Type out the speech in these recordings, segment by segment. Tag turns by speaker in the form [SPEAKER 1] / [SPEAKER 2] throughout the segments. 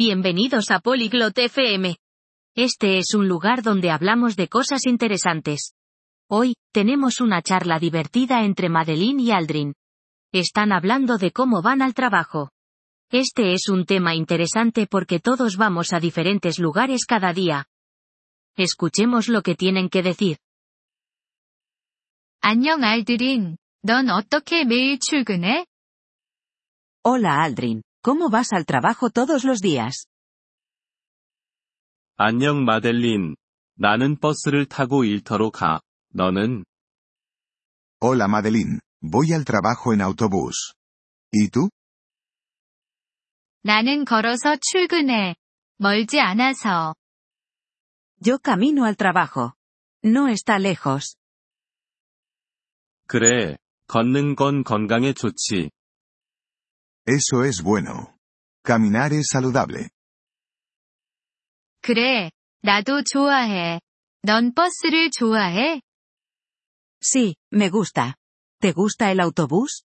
[SPEAKER 1] Bienvenidos a Polyglot FM. Este es un lugar donde hablamos de cosas interesantes. Hoy, tenemos una charla divertida entre Madeline y Aldrin. Están hablando de cómo van al trabajo. Este es un tema interesante porque todos vamos a diferentes lugares cada día. Escuchemos lo que tienen que decir.
[SPEAKER 2] 안녕 알드린. 넌 어떻게 매일 출근해?
[SPEAKER 3] Hola Aldrin, ¿cómo vas al trabajo todos los días?
[SPEAKER 4] 안녕 마델린. 나는 버스를 타고 일터로 가. 너는?
[SPEAKER 5] Hola Madeline, voy al trabajo en autobús. ¿Y tú?
[SPEAKER 2] 나는 걸어서 출근해. 멀지 않아서.
[SPEAKER 3] Yo camino al trabajo. No está lejos.
[SPEAKER 4] 그래. 걷는 건 건강에 좋지.
[SPEAKER 5] Eso es bueno. Caminar es saludable.
[SPEAKER 2] 그래. 나도 좋아해. 넌 버스를 좋아해?
[SPEAKER 3] Sí, me gusta. ¿Te gusta el autobús?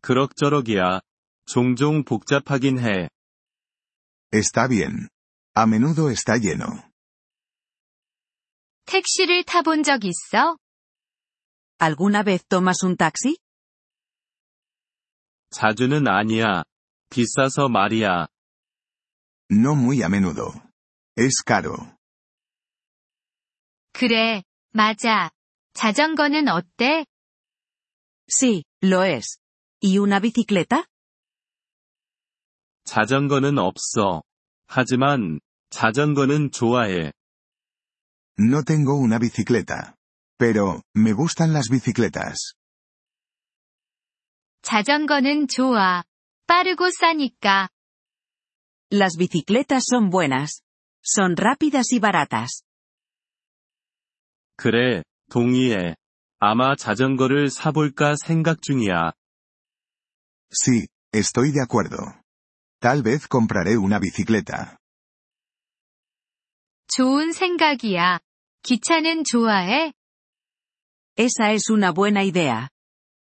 [SPEAKER 4] 그럭저럭이야. 종종 복잡하긴 해.
[SPEAKER 5] Está bien. A menudo está lleno.
[SPEAKER 2] 택시를 타본 적 있어?
[SPEAKER 3] ¿Alguna vez tomas un taxi?
[SPEAKER 4] 자주는 아니야. 비싸서 말이야.
[SPEAKER 5] No muy a menudo. Es caro.
[SPEAKER 2] 그래. 맞아. 자전거는 어때?
[SPEAKER 3] Sí, lo es. ¿Y una bicicleta?
[SPEAKER 4] 자전거는 없어. 하지만, 자전거는 좋아해.
[SPEAKER 5] No tengo una bicicleta. Pero, me gustan las bicicletas.
[SPEAKER 2] 자전거는 좋아. 빠르고 싸니까.
[SPEAKER 3] Las bicicletas son buenas. Son rápidas y baratas.
[SPEAKER 4] 그래. 동의해. 아마 자전거를 사볼까 생각 중이야.
[SPEAKER 5] Sí, estoy de acuerdo. Tal vez compraré una bicicleta.
[SPEAKER 2] 좋은 생각이야. 기차는 좋아해?
[SPEAKER 3] Esa es una buena idea.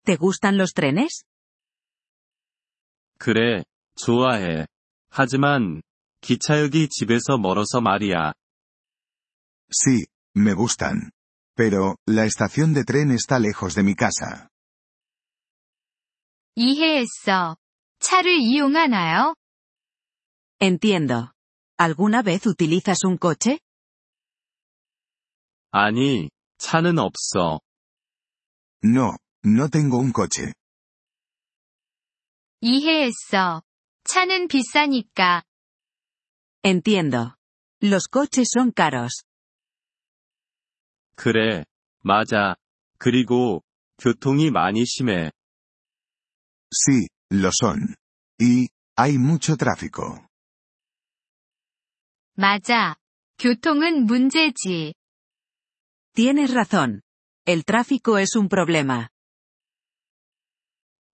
[SPEAKER 3] ¿Te gustan los trenes?
[SPEAKER 4] 그래. 좋아해. 하지만, 기차역이 집에서 멀어서 말이야.
[SPEAKER 5] Sí, me gustan. Pero, la estación de tren está lejos de mi casa.
[SPEAKER 2] 이해했어. 차를 이용하나요?
[SPEAKER 3] Entiendo. ¿Alguna vez utilizas un coche?
[SPEAKER 4] 아니, 차는 없어.
[SPEAKER 5] No, no tengo un coche.
[SPEAKER 2] 이해했어. 차는 비싸니까.
[SPEAKER 3] Entiendo. Los coches son caros.
[SPEAKER 4] 그래. 맞아. 그리고, 교통이 많이 심해.
[SPEAKER 5] Sí, lo son. Y, hay mucho tráfico.
[SPEAKER 2] 맞아. 교통은 문제지.
[SPEAKER 3] Tienes razón. El tráfico es un problema.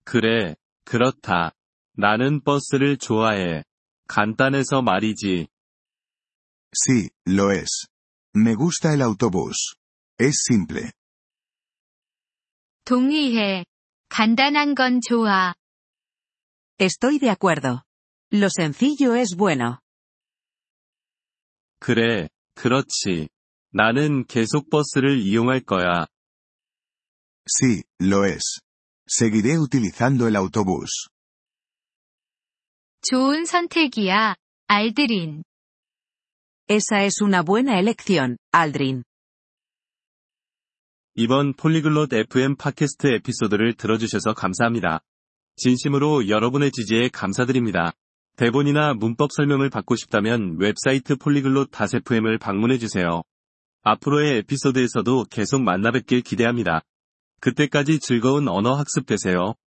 [SPEAKER 4] 그래, 그렇다. 나는 버스를 좋아해. 간단해서 말이지.
[SPEAKER 5] Sí, lo es. Me gusta el autobús. Es simple.
[SPEAKER 2] 동의해. 간단한 건 좋아.
[SPEAKER 3] Estoy de acuerdo. Lo sencillo es bueno.
[SPEAKER 4] 그래, 그렇지. 나는 계속 버스를 이용할 거야.
[SPEAKER 5] Sí, lo es. Seguiré utilizando el autobús.
[SPEAKER 2] 좋은 선택이야. 알드린.
[SPEAKER 3] Esa es una buena elección, Aldrin.
[SPEAKER 4] 이번 폴리글롯 FM 팟캐스트 에피소드를 들어주셔서 감사합니다. 진심으로 여러분의 지지에 감사드립니다. 대본이나 문법 설명을 받고 싶다면 웹사이트 폴리글롯 FM을 방문해주세요. 앞으로의 에피소드에서도 계속 만나뵙길 기대합니다. 그때까지 즐거운 언어 학습 되세요.